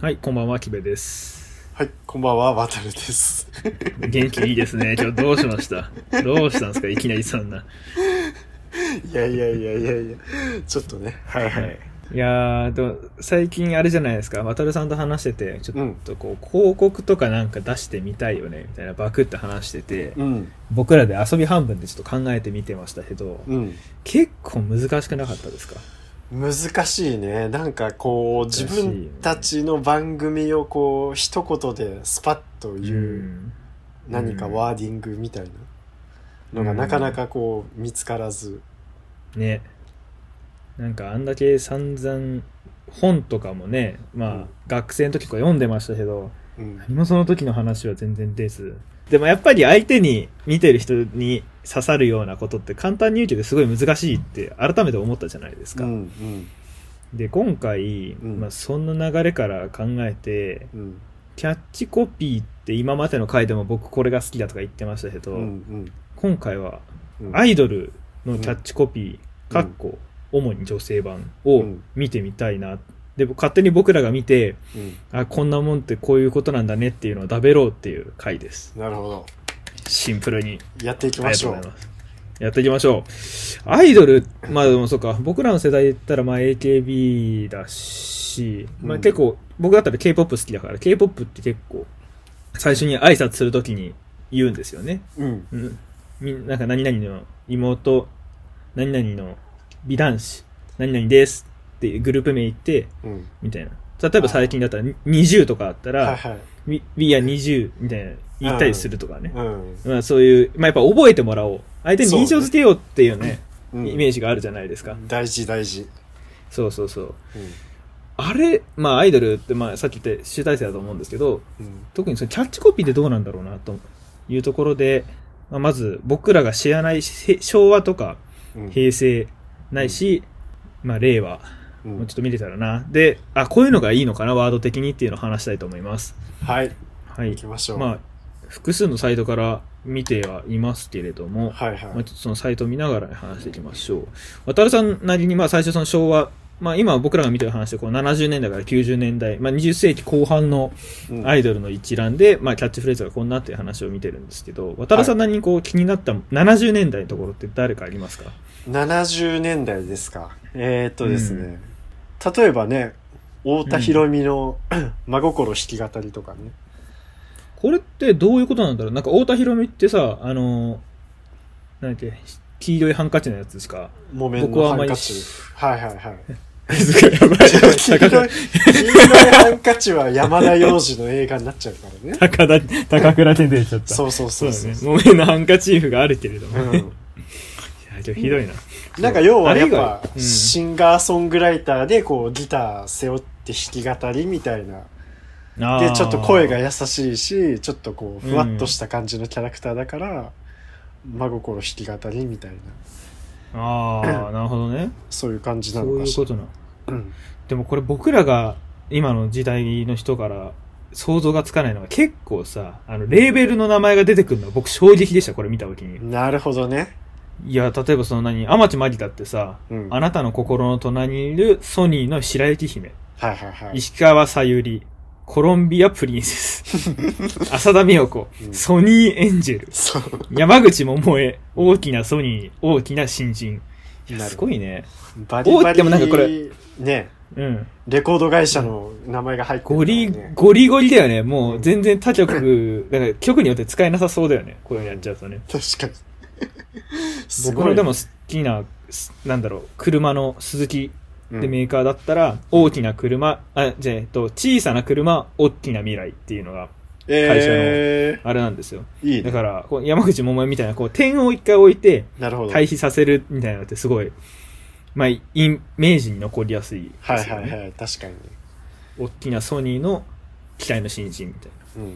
はい、こんばんは、木部です。はい、こんばんは、わたる です。元気いいです ね。今日どうしましたどうしたんですかいきなりそんな。いやいやいやいやいや、ちょっとね。はいはい。いやー、でも最近あれじゃないですか、渡るさんと話してて、ちょっとこう、広告とかなんか出してみたいよね、みたいなバクって話してて、うん、僕らで遊び半分でちょっと考えてみてましたけど、うん。結構難しくなかったですか難しいね。なんかこう、難しい自よね分たちの番組をこう、一言でスパッとう言う、ん何かワーディングみたいなのがうんなかなかこう、見つからず。ねなんかあんだけ散々本とかもねまあ、うん学生の時とか読んでましたけどうん。何もその時の話は全然出ずでもやっぱり相手に見てる人に刺さるようなことって簡単に言うけどすごい難しいって改めて思ったじゃないですうか、ん、で今回、うんまあ、その流れから考えてうん、うん、キャッチコピーって今までの回でも僕これが好きだとか言ってましたけど、うん、うん今回はうん。アイドルのキャッチコピー、うんかっこ、主に女性版うをん見てみたいな。で、勝手に僕らが見て、うん。あ、こんなもんってこういうことなんだねっていうのを食べろうっていう回です。なるほど。シンプルに。やっていきあまりがしとうょ。ございうます。やっていきましょう。アイドル、まあでもそうか、僕らの世代で言ったらまあ AKB だし、まあうん結構、僕だったら K-POP 好きだから、K-POP って結構、最初に挨拶するときに言うんですよね。うん、うんみなんか何々の妹、何々の美男子、何々ですっていうグループ名言って、うん。みたいな。例えば最近だったらに20とかあったはいら、はい。 We We are 20みたいな言ったりするとかね。うんまあそういう、まあやっぱ覚えてもらおう。相手に印象付けようっていうね、うん。イメージがあるじゃないですか。大事大事。そうそうそう。うあれ、まあアイドルってまあさっき言って集大成だと思うんですけど、ん、うん。特にそのキャッチコピーってどうなんだろうなというところで、まあ、まず僕らが知らないせ昭和とかうん平成ないし、まあ令和うもうんちょっと見れたらな。で、あ、こういうのがいいのかな、ワード的にっていうのを話したいと思います。はい、は行いき。ましょう。まあ、複数のサイトから見てはいますけれども、はいはい。まあ、ちょっとそのサイトを見ながら話していきましょう。渡るさんなりに、まあ最初その昭和、まあ今僕らが見てる話でこう70年代から90年代、まあ20世紀後半のうんアイドルの一覧で、まあ、キャッチフレーズがこんなっていう話を見てるんですけど、渡辺さん何にこう気になった70年代のところって誰かありますか、 70年代ですか。えーっとですね、例えばね、太田博美の 真心弾き語りとかね。これってどういうことなんだろうなんか太田博美ってさ、あのー、なんだっけ、黄色いハンカチのやつし か。木綿僕はのあんまハンりカチ。は いはいはい。すごいやばい黄色い、黄色いハンカチは山田洋次の映画になっちゃう からね。高田、高倉で出ちゃった。そうそうそうだそうね。。木綿のハンカチーフがあるけれども、ね。ういや、んでもひどいな。なんか要はやっぱあれ以外、うんシンガーソングライターでこうギター背負って弾き語りみたいなあでーちょっと声が優しいしちょっとこうふわっとした感じのキャラクターだから、真心弾き語りみたいなああ、なるほど ね。そういう感じそなうのかいうしこらとな。うんでもこれ僕らが今の時代の人から想像がつかないのが結構さ、あの、レーベルの名前が出てくるのは僕衝撃でした、これ見た時に。なるほどね、いや、例えばその何、アマチマギだってさ、うん、あはいなたの心の隣にいるソニーの白雪姫、はいはい石川さゆり、コロンビアプリンセ ス、浅田美代子う、んソニーエンジェル、そう山口百恵、大きなソニー、大きな新人。いやなるすごいね。バリバおでリもなんかこれねうん。レコード会社の名前が入ってるかゴらリ、ね、ゴリゴリだよね。もう全然他局、だから局によって使えなさそうだよね。こういうのやっちゃうとね。確かに す僕ごのいでも好きな、すなんだろう、車の鈴木うんってメーカーだったら、大きな車、あ、じゃあ、えっと、小さな車、大きな未来っていうのが、会社のえあれなんですよ。ー、いいだねから、こう山口百恵みたいな、こう、点を一回置いて、なるほどは対い比させるみたいなのってすごい、まあ、インメージに残りやすいですよはね。いはい確かに、大きなソニーの機体の新人みたいな。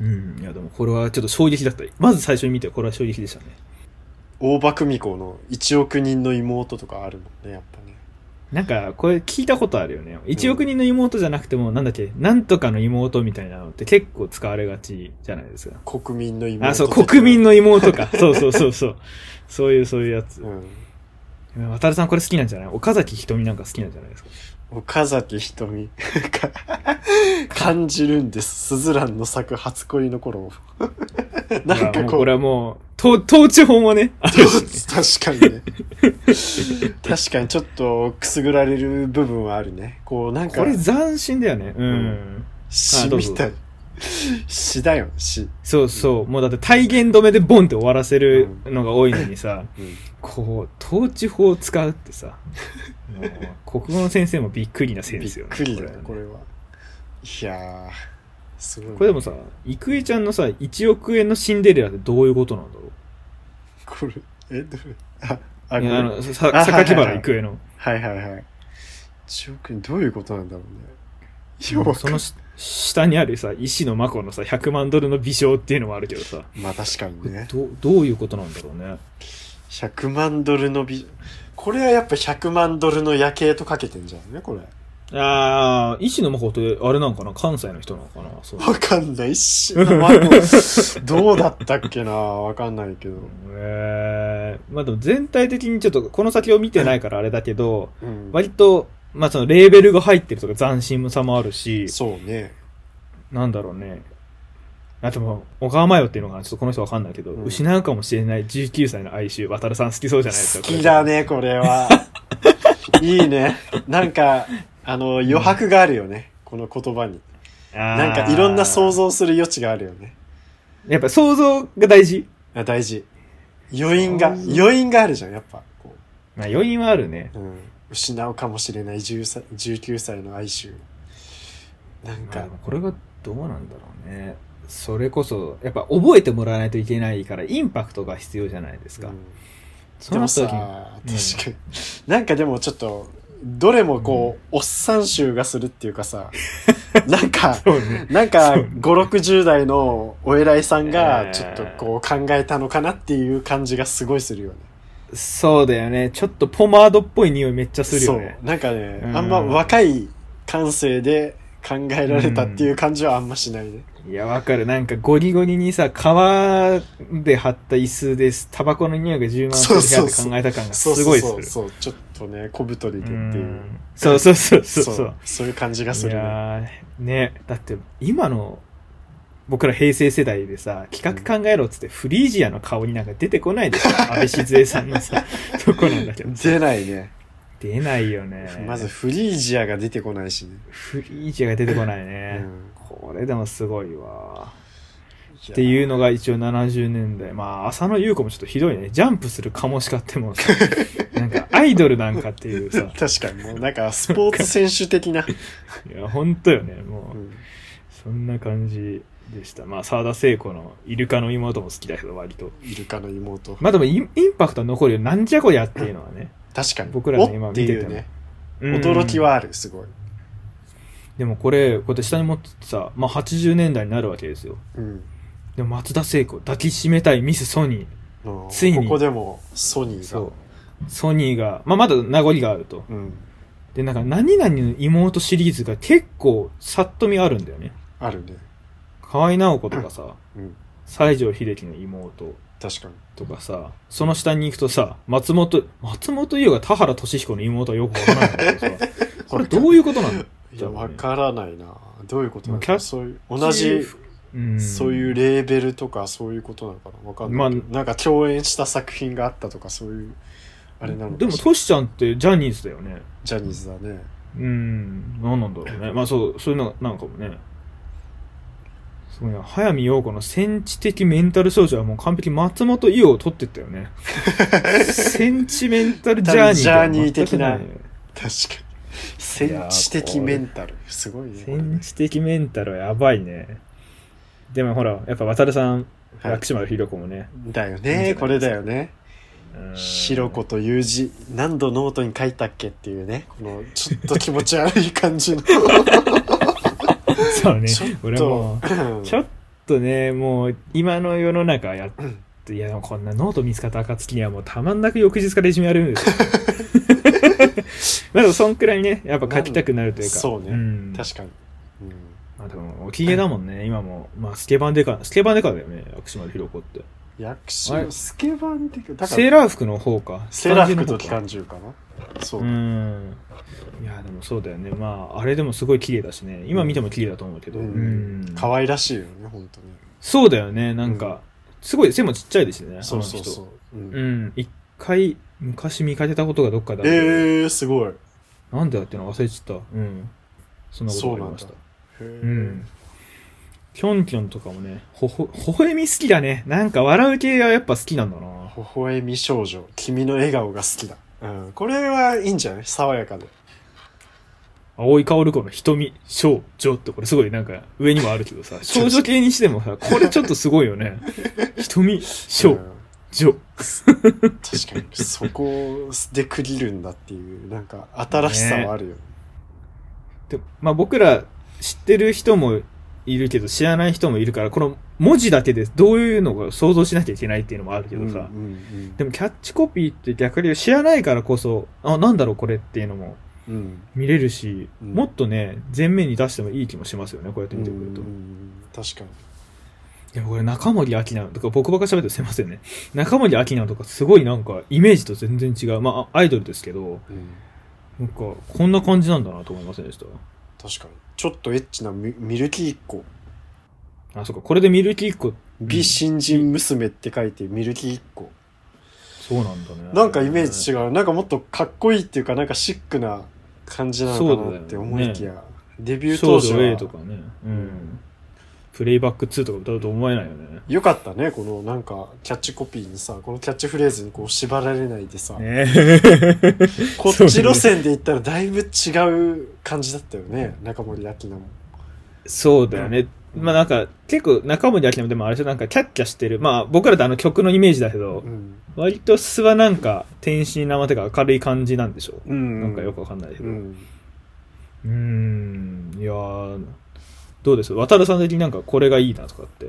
うん、うん、いやでもこれはちょっと衝撃だった。まず最初に見て、これは衝撃でしたね。大場久美子の1億人の妹とかあるもんねやっぱねなんか、これ聞いたことあるよね。1億人の妹じゃなくても、なんだっけ、なんとかの妹みたいなのって結構使われがちじゃないですか。国民の妹あ、そう、国民の、の妹 か。そうそうそうそう。そういう、そういうやつう。ん、渡るさんこれ好きなんじゃない岡崎瞳なんか好きなんじゃないですか。岡崎瞳 感じるんです。スズランの咲く初恋の頃を。なんかもうここうれ、はもう、と 統治法もね、あるしね確かにね。確かにちょっとくすぐられる部分はあるね。こうなんかこ、れ斬新だよね。うん。うん詩どうみぞたい。詩だよ、詩。そうそう。もうだって体言止めでボンって終わらせるのが多いのにさ、うんこう、統治法を使うってさ、もう国語の先生もびっくりなせいびでっすよね。くりだよ、ここれはねれは。いやー、すごい。これでもさ、郁恵ちゃんのさ、1億円のシンデレラってどういうことなんだろうこれ、え、どれあ、あ、いやあこれの、さあ榊はいはい原はい郁恵の。はいはいはい。1億円どういうことなんだろうね。いや、わかそんのし下にあるさ、石野真子のさ、100万ドルの微笑っていうのもあるけどさ、まあ確かにね。どうどういうことなんだろうね。 100万ドルのビ、これはやっぱ100万ドルの夜景とかけてんじゃんね、これ。ああ、石野真子ってあれなんかな関西の人なのかなそうわかんないし。ま あでもどうだったっけなわかんないけど。えー、まあでも全体的にちょっとこの先を見てないからあれだけど、うん。割と、まあそのレーベルが入ってるとか斬新さもあるし、そうね。なんだろうね。あ、でも、小川真世っていうのかなちょっとこの人わかんないけど、うん失うかもしれない19歳の哀愁、渡るさん好きそうじゃないです好か。きだね、これ は。いいね。なんか、あの、余白があるよね。この言葉に。これ。ななんかいろんな想。像する余地があるよね。やっぱ想像が大事。あ大事。余韻が、そう余韻があるじゃん、やっぱ。こまあ余韻はあるね。ううん、失うかもしれない10歳19歳の哀愁。なんまあかで、もこれがどうなんだろうね。それこそ、やっぱ覚えてもらわないといけないから、インパクトが必要じゃないですか。うんそでのもさ、時確に。かに。なんかでもちょっと、どれもこう、おっさん臭がするっていうか さ、なんか、そうね。なんか、そう5、60代のお偉いさんえが、ーちょっとこう考えたのかなっていう感じがすごいするよね。そうだよね。ちょっとポマードっぽい匂いめっちゃするよね。そう。なんかね、うんあんま若い感性で考えられたっていう感じはあんましないね。いや、わかる。なんかゴリゴリにさ、革で貼った椅子です。タバコの匂いが充満する部屋って考えた感がそうすそごういすそるう。そう。ちょっとね、小太りでってういう。んそうそうそうそうそ。そうそういう感じがう。すいるね。やーね。だって、今の、僕ら平成世代でさ、企画考えろっつって、フリージアの顔になんか出てこないでしょ。安倍静江さんのさ、とこなんだけど。出ないね。出ないよね。まず、フリージアが出てこないしね。フリージアが出てこないうね。んこれでもすごいわ。やっていうのが一応70年代。まあ、浅野優子もちょっとひどいね。ジャンプするカモシカって もうさなんかアイドルなんかっていうさ。確かに、もうなんかスポーツ選手的な。いや、ほんとよね。も うう、んそんな感じでした。まあ、沢田聖子のイルカの妹も好きだけど、割と。イルカの妹。まあでもイン、インパクトは残るよ。なんじゃこりゃっていうのはね。確かに。僕らね今おっ見てててもいうね。うん驚き。はある、すごい。でもこれ、こうやって下に持っててさ、まあ80年代になるわけですよ。うん。でも松田聖子、抱きしめたいミスソニー。うんついにここでもソニーそがう。。ソニーが、まあまだ名残があると。うん。で、なんか、何々の妹シリーズが結構、さっと見あるんだよね。あるね。河合直子とかさ、うん。西城秀樹の妹確かに。とかさ、その下に行くとさ、松本、松本優が田原俊彦の妹はよくわからないんだけど さ、これどういうことなのいや、わからないな。どういうことなのキャかそういう、同じ、うん。そういうレーベルとかそういうことなのかなわかんないけど。まなんか共演した作品があったとかそういう、あれなのでかも、しらトシちゃんってジャニーズだよね。ジャニーズだ ね。うん、何なんだろうね。まあそう、そういうのなんかもね。すごいな。早見陽子の戦地的メンタル少女はもう完璧に松本伊代を取ってったよね。センチメンタルジャーニー。ジャーニー的全なくい確かに。戦地的メンタル。すごいね。これ戦地的メンタルはやばいね。でもほら、やっぱ渡るさん、はい薬師丸ひろ子もね。だよいいんじゃないですね。かこれだよね。うんひろこという字、何度ノートに書いたっけっていうね、このちょっと気持ち悪い感じの。そうねちょっ。俺 も、と、ちょっとね、もう今の世の中やって、いやでもこんなノート見つかった暁にはもうたまんなく翌日からいじめられるん ですよ。まあでもそんくらいね、やっぱ書きたくなるというか。そうねん、確かに。うんまあでもおきげだもんね、今も。まあスケバンデカ、スケバンデカだよね、薬師丸ひろ子って。役あ所れスケバン的だかセーらラー服の方か。セーラー服と機機関関銃かなそうう、ん。いや、でもそうだよね。まあ、あれでもすごい綺麗だしね。今見ても綺麗だと思うけど。ううんん。可愛らしいよね本当にそうだよね。なんうんか、すごい背もちっちゃいですよね。そうそあうの人そう、うんうん、一回、昔見かけたことがどっかであるええー、すごいへなんでだっての忘れちゃった。うん。そんなことがありましたそ。え、うん。キョンキョンとかもね、ほほ、微笑み好きだね。なんか笑う系がやっぱ好きなんだな。微笑み少女君の笑顔が好きだ、うん、これはいいんじゃない爽やかで青い薫子の瞳、少女ってこれすごいなんか上にもあるけどさ、 少女系にしてもさ、これちょっとすごいよね。 瞳、う少ん女。確かにそこで区切るんだっていうなんか新しさはあるよ、ね、でまあ僕ら知ってる人もいるけど、知らない人もいるから、この文字だけでどういうのか想像しなきゃいけないっていうのもあるけどさ、うんうんでもキャッチコピーって逆に知らないからこそ、あ、なんだろうこれっていうのもうんうん見れるし、うんもっとね、前面に出してもいい気もしますよね、こうやって見てくれると。うんういん確かにや、これ中森明菜とか、僕ばっか喋ってすいませんね。中森明菜とかすごいなんかイメージと全然違う。まあ、アイドルですけど、うんなんかこんな感じなんだなと思いませんでした。確かにちょっとエッチなミミルキーっ子あ、そっか、これでミルキーっ子、美新人娘って書いてミルキーっ子そうなんだね。なんかイメージ違うなんかもっとかっこいいっていうかなんかシックな感じなのかなって思いきや、デビュー少当時女 A とはかね、うん、プレイバック2とか歌うと思えないよね。よかったねこのなんかキャッチコピーにさこのキャッチフレーズにこう縛られないでさ、ねこっち路線で言ったらだいぶ違う感じだったよね中森明菜も そうだよね。まあなんか、結構中森明菜もでもあれじゃなんかキャッキャしてる。まあ僕らとあの曲のイメージだけどう、ん、割と素はなんか天真生というか明るい感じなんでしょうう。ん、なんかよくわかんないけうど。うんーん、いやー、どうです渡るさん的になんかこれがいいなとかって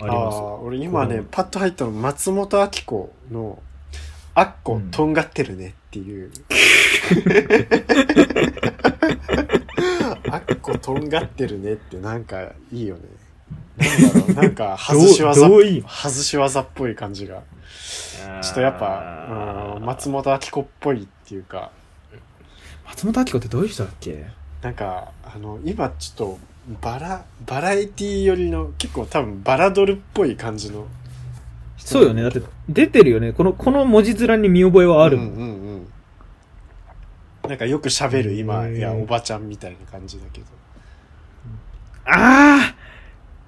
ありああますー俺こ今ねのパッと入ったの松本明子の「あっこうんとんがってるね」っ ていう、あっことんがってるねってなんかいいよねなんだろうなんか外し技 どうどういい外し技っぽい感じがちょっとやっぱ、うん、松本明子っぽいっていうか松本明子ってどういう人だっけなんかあの今ちょっとバラバラエティ寄りの結構多分バラドルっぽい感じのそうよね。だって出てるよね。この、この文字面に見覚えはあるうもんん。うんうんなんかよく喋る今へーいやおばちゃんみたいな感じだけどああ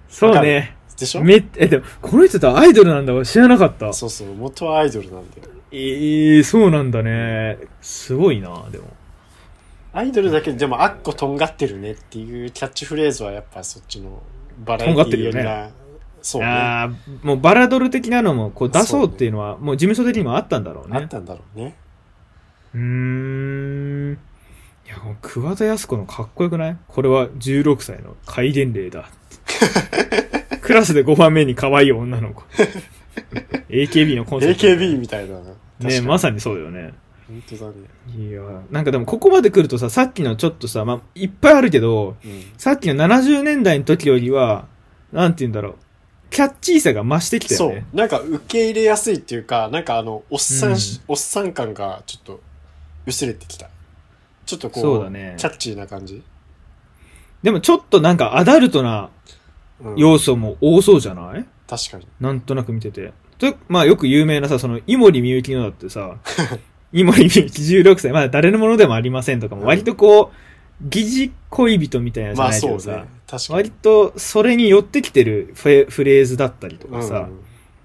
そうね。でしょめっえ、でも、この人ってアイドルなんだわ。知らなかった。そうそう元はアイドルなんだよええそうなんだね。すごいな、でも。アイドルだけどでも「あっことんがってるね」っていうキャッチフレーズはやっぱそっちのバラエティ寄りとんな、そうねあああ、もうバラドル的なのもこう出そうっていうのは、もう事務所的にもあったんだろうねっ。たんだろうねうーん。いや、この桑田靖子のかっこよくないこれは16歳の戒厳令 だ。クラスで5番目に可愛い女の子。AKB のコンセプト。 AKB みたいなねね、まさにそうだよね。に本当だねいやーなんかでもここまで来るとさ、さっきのちょっとさ、まあ、いっぱいあるけど、うんさっきの70年代の時よりは、なんて言うんだろう。キャッチーさが増してきたよね。そうなんか受け入れやすいっていうかなんかあのおっさうん、んおっさん感がちょっと薄れてきたちょっとこうそうだねキャッチーな感じ、でもちょっとなんかアダルトなうん要素も多そうじゃない、確かになんとなく見てて。とまあよく有名なさ、その、井森美幸のだって さ、井森美幸16歳、まだ誰のものでもありませんとかも、割とこう、疑似恋人みたいなじゃまあないけそうどねさ、確か割にとそれに寄ってきてるフレフレーズだったりとかさ、うん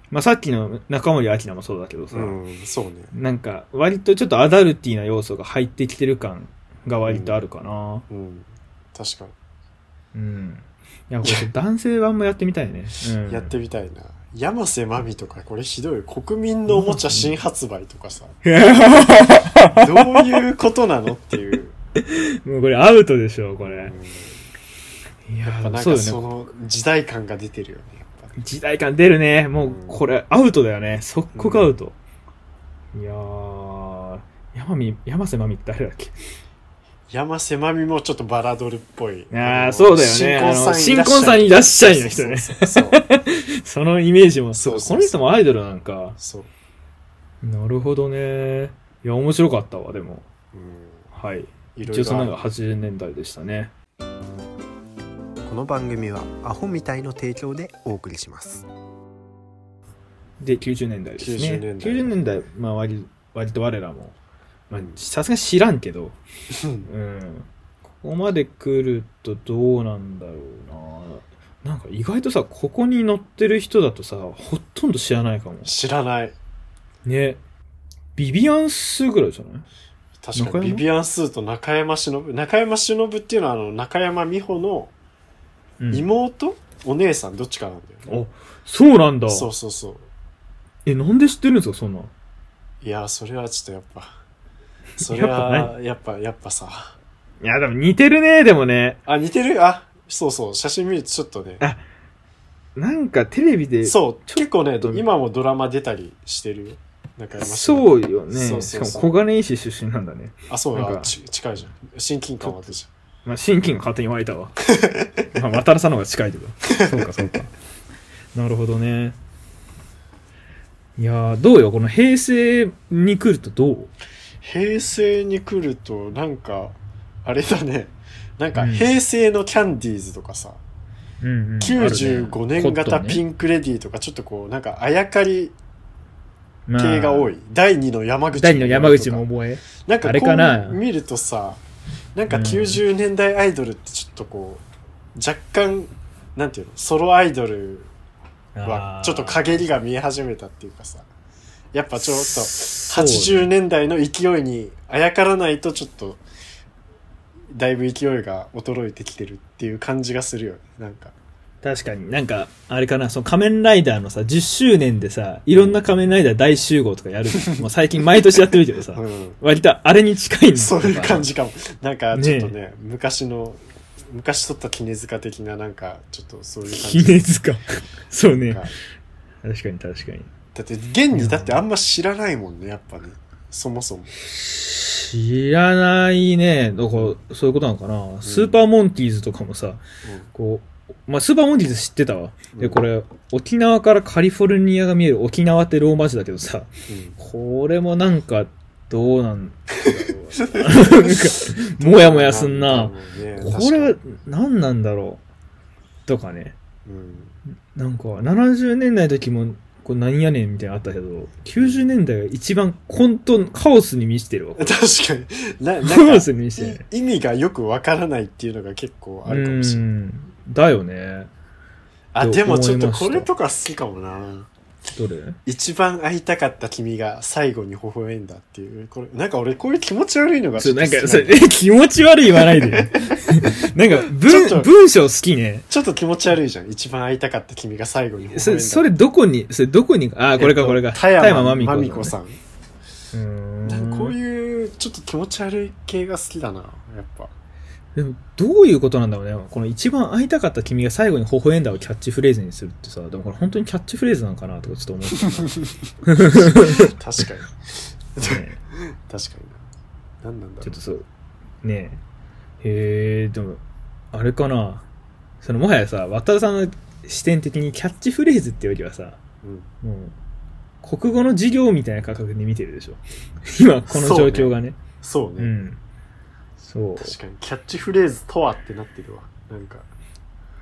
まあさっきの中森明菜もそうだけどさ、うん、そうねなんか割とちょっとアダルティーな要素が入ってきてる感が割とあるかな。うん確かにうん。いや、これ男性版もやってみたいね。うん、やってみたいな山瀬まみとかこれひどい国民のおもちゃ新発売と かさどういうことなのっていう、もうこれアウトでしょ、これ。いやうん、なー、んかそうだよそね。の時代感が出てるよねやっぱね時代感出るね。もう、これ、アウトだよね。即刻アウト。いやー、山見、山瀬まみって誰だっけ山瀬まみもちょっとバラドルっぽい。ああ、そうだよね。あの、新婚さんいらっしゃいの人ね。そうそうそう そのイメージもそうそうそうこの人もアイドルなんか。そう。なるほどね。いや、面白かったわ、でも。うんはい。いろ一応いそろあのるが80年代でしたね。この番組はアホみたいの提供でお送りし ます。で、90年代ですね。 90年代90年代まあ割、割と我らも。まあうん、さすがに知らんけど。うん。ここまで来るとどうなんだろうな。なんか意外とさ、ここに乗ってる人だとさ、ほとんど知らないかも。知らない。ね。ビビアンスぐらいじゃない確中か山にビビアン・スーと中山忍。中山忍っていうのはあの中山美穂のうん妹、お姉さんどっちかなんだよお、ね。そうなんだ。そうそうそう。え、なんで知ってるんですか、そんなん。いや、それはちょっとやっぱ。それは、やっぱ、やっぱさ。いや、でも似てるね、でもね。あ、似てるあ、そうそう。写真見るとちょっとね。なんかテレビで、そう。ちょっ結構ねと、ね今もドラマ出たりしてるよ。中山忍そうよね。そうそうそうしかも小金井市出身なんだね。あ、そうなんだか。ち近いじゃん。親近感はあったじまあ、親近が勝手に湧いたわ。 まあ、渡るさんの方が近いけど。そうか、そうか。なるほどね。いやー、どうよ、この平成に来るとどうゃん。平成に来ると、なんか、あれだね。なんか、うん平成のキャンディーズとかさ、うん、うん。 95年型ピンンクレディーとか、ちょっとこう、なんか、あやかり系が多い。い。第2の山口第二の山口も覚え。なんかあれこかなう見るとさなんかうん90年代アイドルってちょっとこう若干なんていうのソロアイドルはちょっと陰りが見え始めたっていうかさやっぱちょっとそうね80年代の勢いにあやからないとちょっとだいぶ勢いが衰えてきてるっていう感じがするよねなんか確かになんか、あれかな、その仮面ライダーのさ、10周年でさ、いろんな仮面ライダー大集合とかやるじ ゃん。もう最近毎年やってるけどさ、うん割とあれに近い んだそういう感じ。じかもなんかちょっとね昔の昔撮った絹塚的ななんかちょっとそういう感じ姫塚。そうねなん。か確かに確かに。だって現にだってあんま知らないもんねやっぱねそもそも知らないね。だから、そういうことなのかな。スーパーモンティーズとかもさ、こう、まあ、スーパーモンティーズ知ってたわ。で、こ、れ、沖縄からカリフォルニアが見える沖縄ってローマ字だけどさ、うんこれもなんか、どうなんだろうななんか、 もやもやすんな。これは、何なんだろうとかね。うんなんか、70年代の時も、こうなんやねんみたいなのあったけど、90年代が一番混沌、カオスに満ちてるわ。確かになカなんオかスに満ちてる。い意味がよくわからないっていうのが結構あるかもしれないうん。だよね。あでもちょっとこ思いまれしたとか好きかもなどれ一番会いたかった君が最後に微笑んだっていうこれなんか俺こういう気持ち悪いのがちょ、っとなん好きか、だそれ、え気持ち悪い言わないで よ。なんか、ちょっと文、文章好きね。ちょっと気持ち悪いじゃん一番会いたかった君が最後に微笑んだそれ、それどこに、それどこに、あー、これえっかとこれか。田山まみ田こさんさん。うなんーかんこういうちょっと気持ち悪い系が好きだなやっ ぱでも、どういうことなんだろうね。この一番会いたかった君が最後に微笑んだをキャッチフレーズにするってさ、でもこれ本当にキャッチフレーズなのかなとかちょっと思って 確かにたね。確かにな何なんだちょろっとそう。ねえ。へえ、でも、あれかな。その、もはやさ、渡田さんの視点的にキャッチフレーズってよりはさ、う、うん、もう、国語の授業みたいな感覚で見てるでしょ。 今、この状況がね。そうね、うん。そう。確かにキャッチフレーズとはってなってるわなんか、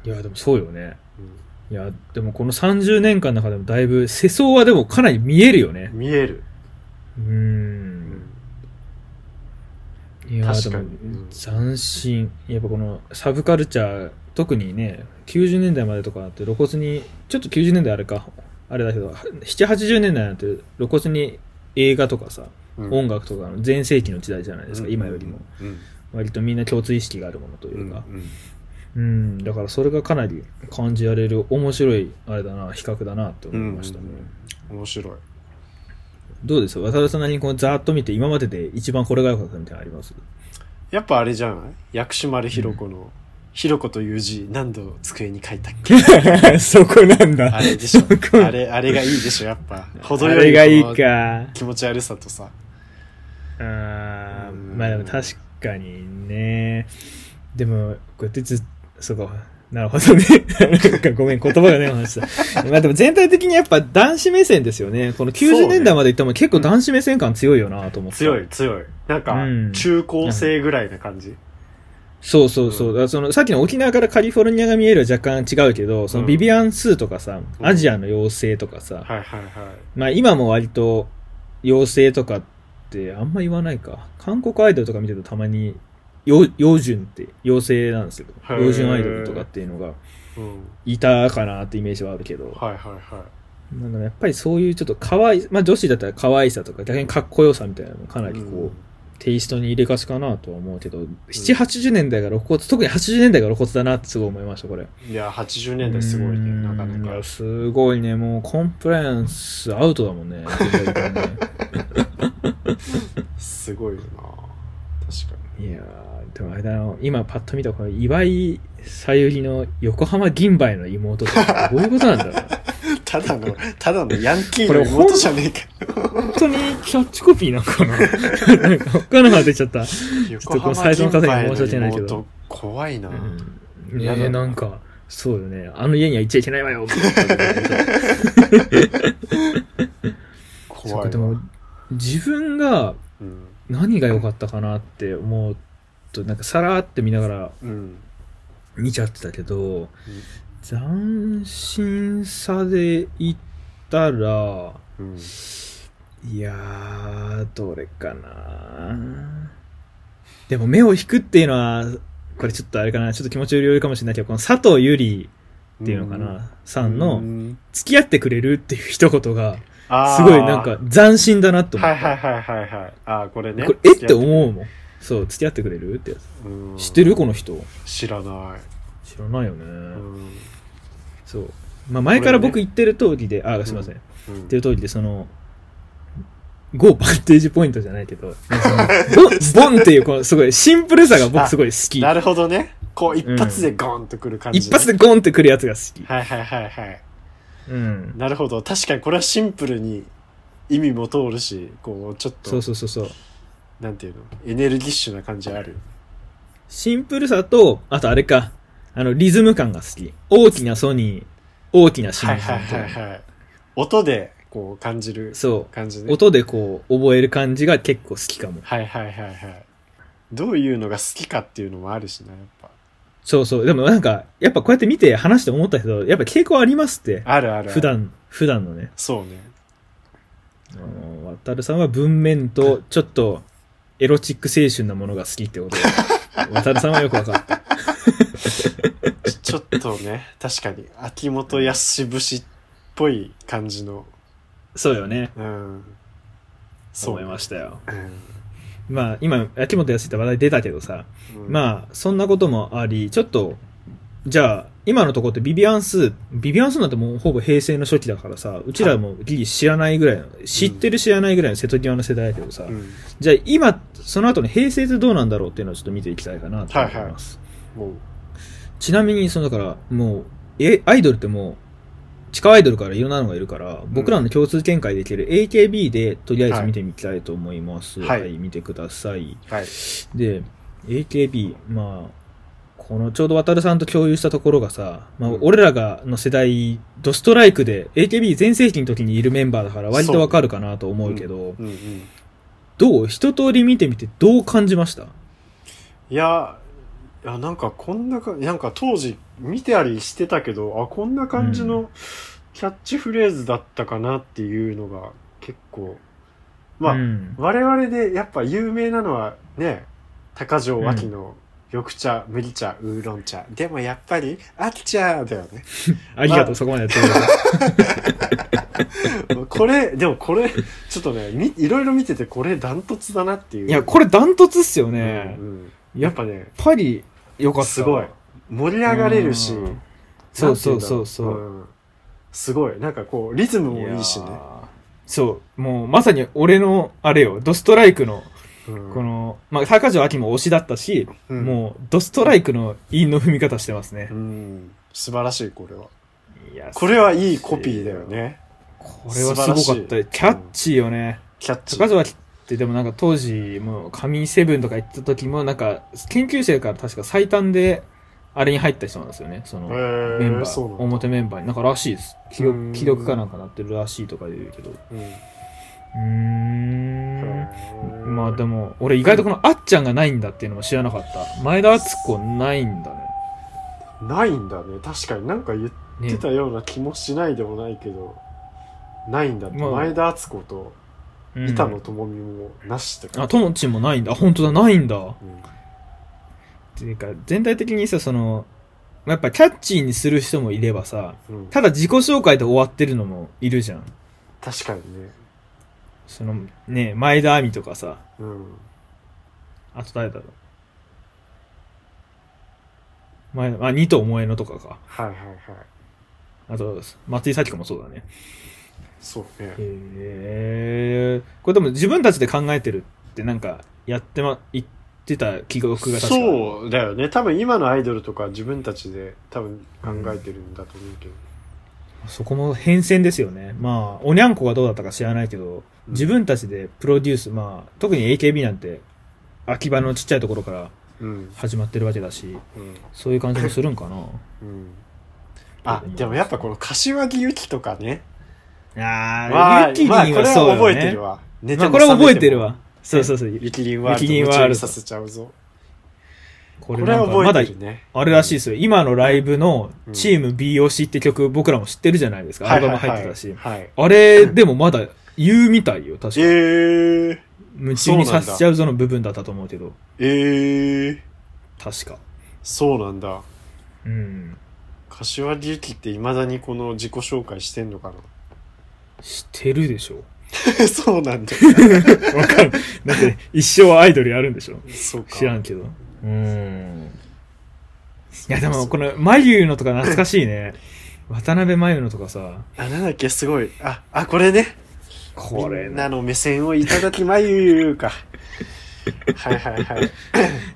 いや、でもそうよね。ういや、でもこの30年間の中でもだいぶ、世相はでもかなり見えるよねん、。見える、うー。うんん、いや確ーでかにもうん斬新やっぱこのサブカルチャー特にね90年代までとかだって露骨にちょっと90年代あれかあれだけど780年代なんて露骨に映画とかさ、うん音楽とかの全盛期の時代じゃないですか、今よりもうん割とみんな共通意識があるものとういんうかううんん、だからそれがかなり感じられる面白いあれだな比較だなってう思いんましたね、面白いどうです渡辺さんなりにこうざーっと見て今までで一番これが良かったみたいなのありますやっぱあれじゃない薬師丸ひろ子の、ひろ子という字何度机に書い たっ けそこなんだあれでしょそこあれあれがいいでしょやっ ぱ程あよれいがいいこのか。気持ち悪さとさあーうんまあでも確かにね。でも、こうやってず、そうか、なるほどね。なんかごめん、言葉がね、話した。まあでも全体的にやっぱ男子目線ですよね。このそうね90年代までいったも結構男子目線感強いよなと思って。強い強いなんかうん中高生ぐらいな感じ、そうそうそう。うんだからそのさっきの沖縄からカリフォルニアが見えるは若干違うけど、そうのんビビアン・スーとかさ、うんアジアの妖精とかさ、はいはいはいまあ今も割と妖精とかってあんま言わないか。韓国アイドルとか見てるとたまに、妖妖純って妖精なんですけど、へー妖純アイドルとかっていうのがうんいたかなってイメージはあるけど、はいはいはいなんだろうやっぱりそういうちょっと可愛い、まあ女子だったら可愛さとか逆にかっこよさみたいなのかなりこう、うんテイストに入れがちかなとは思うけど、7、80年代が露骨、特に80年代が露骨だなってすごい思いました、これ。いや80年代すごいねうんなかないかやすごいね、もうコンプライアンスアウトだもんね。全体的にねすごいよな確かいやー、でもあれだな、今パッと見たこの岩井さゆりの横浜銀杯の妹ってどういうことなん だろうな。にただ のただのヤンキーこのれ妹じゃねえか本当にキャッチコピーなのかななんか他の話出ちゃった。横この浜サイズの方には申し訳金ない杯のけど妹怖いな、うん、やだねえなんかそうよねあの家には行っちゃいけないわよって言ったけどそっ怖かいでわも自分がうん何が良かったかなって思うとなんかさらーって見ながらうん見ちゃってたけど斬新さで言ったらうんいやーどれかなでも目を引くっていうのはこれちょっとあれかなちょっと気持ちよりよりかもしれないけどこの佐藤ゆりっていうのかな、さんの、うん付き合ってくれるっていう一言が、あーすごいなんか斬新だなと思はっいはいはいはいはいああこれた。ねこれ、えって思うもん。そう、付き合ってくれるってやつ。うん知ってるこの人。知らない、知らないようね。んそう。まあ前から僕言ってる通りで、あ、すいません。言うんってる通りで、その、ゴーバンテージポイントじゃないけど、そ のボンボンっていうこのすごいシンプルさが僕すごい好きな。るほどねこう一発でゴーンとくる感じ、一発でゴンってくるやつが好はいはいはいはいき。うん。なるほど確かにこれはシンプルに意味も通るしこうちょっそとうそうそうそう。なんていうのエネルギッシュな感じあるシンプルさと、あとあれか、あの、リズム感が好き。大きなソニー、大きなシンはいさはいんと。はいはい音でこう感じるそ感じう。ね音でこう、覚える感じが結構好きかも。はいはいはいはいどういうのが好きかっていうのもあるしなやっぱそうそう。でもなんか、やっぱこうやって見て話して思ったけど、やっぱ傾向ありますって。あるあるある普段、普段のね。そうねあの、渡るさんは文面と、ちょっと、エロチック青春なものが好きって ことで。渡るさんはよくわかった。ちちょっとね 確かに秋元康節っぽい感じのそうよね。うんそう思いまししたよ。た、まあ、今、秋元康って話題出たけどさ、うんあまあ、そんなこともあり、ちょっと、じゃあ、今のところってビビアンス、ビビアンスなんてもうほぼ平成の初期だからさ、うちらもギリ知らないぐらいの、知ってる知らないぐらいの瀬戸際の世代だけどさ、うんじゃあ今、その後の平成ってどうなんだろうっていうのをちょっと見ていきたいかなと思います。もうちなみに、そのだから、もう、え、アイドルってもう、地下アイドルからいろんなのがいるから、僕らの共通見解できる AKB でとりあえず見てみたいと思います。はいはい、見てください。はいで、AKB、まあ、このちょうど渡るさんと共有したところがさ、まあうん、俺らがの世代、ドストライクで AKB 全盛期の時にいるメンバーだから割とわかるかなと思うけど、うんうんどう一通り見てみてどう感じましたいやいやなんかこんなかなんか当時見てありしてたけどあこんな感じうのキャッチフレーズだったかなっていうのが結構まあ、うん、我々でやっぱ有名なのはね高城秋の緑茶、麦茶ウーロン茶でもやっぱり秋茶だよ ねありがとう、まあそこまでやってくれた。これでもこれちょっとねみいろいろ見ててこれダントツだなっていういや、これダントツっすよれね。やっぱねやっぱり、よかった。すごい。盛り上がれるしうんなそんうていそんうだそろうそう。んすごいなんかこうリズムもいいしねやー。そう、もうまさに俺の、あれよ、ドストライクの、うんこの、まあ、高城秋も推しだったし、うんもう、ドストライクの韻の踏み方してますねう。ん素晴らしいこれはいやこれはいいコピーだよ。ねこれはすごかった。キャッチーよね。キャッチ高城秋っってでもなんか当時もう神セブンとか行った時もなんか研究生から確か最短であれに入った人なんですよねそのえメンー、バそうー、なんだ表メンバーになんからしいです記うーん録記録かなんかなってるらしいとか言うけどううんーんまあでもも俺意外とこのあっちゃんがないんだっていうのも知らなかった前田敦子ないんだねないんだね確かになんか言っねてたような気もしないでもないけど、ないんだね、まあ前田敦子とうん板野友美もなしってあ、ともちんもないんだ。あ本当だ、ないんだ。っうんていうか、全体的にさ、その、まあやっぱキャッチーにする人もいればさ、うん、ただ自己紹介で終わってるのもいるじゃん。確かにねその、ね、前田亜美とかさ、うんあと誰だろう。前田、あ、二と思えのとかか。はいはいはいあと、松井咲子もそうだね。そうねへえ。これでも自分たちで考えてるってなんか、やってま、言ってた記憶が確かう。そうだよね多分今のアイドルとか自分たちで多分考えてるんだと思うけど、そこも変遷ですよね。まあ、おにゃんこがどうだったか知らないけど、自分たちでプロデュース、まあ、特に AKB なんて、秋葉のちっちゃいところからうん始まってるわけだし、うんそういう感じもするんかな。うんあでもやっぱこの柏木由紀とかね あまあ、ユキリンまあ、これははそうよね。覚えてるわ。寝まあ、これは覚えてる。わ。そうそうそう。ゆきりんワールドゆきりんワ夢ールド中にさせちゃうぞ。ここれれなはんかまだ覚えて、るね。あれらしいですよ。今のライブのうんチーム BOC って曲、僕らも知ってるじゃないですか。アルバム入ってたし。はいはいはい。あれ、でもまだ言うみたいよ、確か。えー、夢中にさせちゃうぞの部分だったと思うけど、えー、確か。そうなんだ。うん。柏木由紀って未だにこの自己紹介してんのかしてるでしょ。な そうな んだ。わかんない。だって、一生アイドルやるんでしょ。そうか。知らんけど。うん。いや、でも、この、眉のとか懐かしい ね。渡辺眉のとかさ、あ、なんだっけ、すごい。あ、あ、これね。これみんねな。の目線をいただきまゆゆか。 はいはいはい。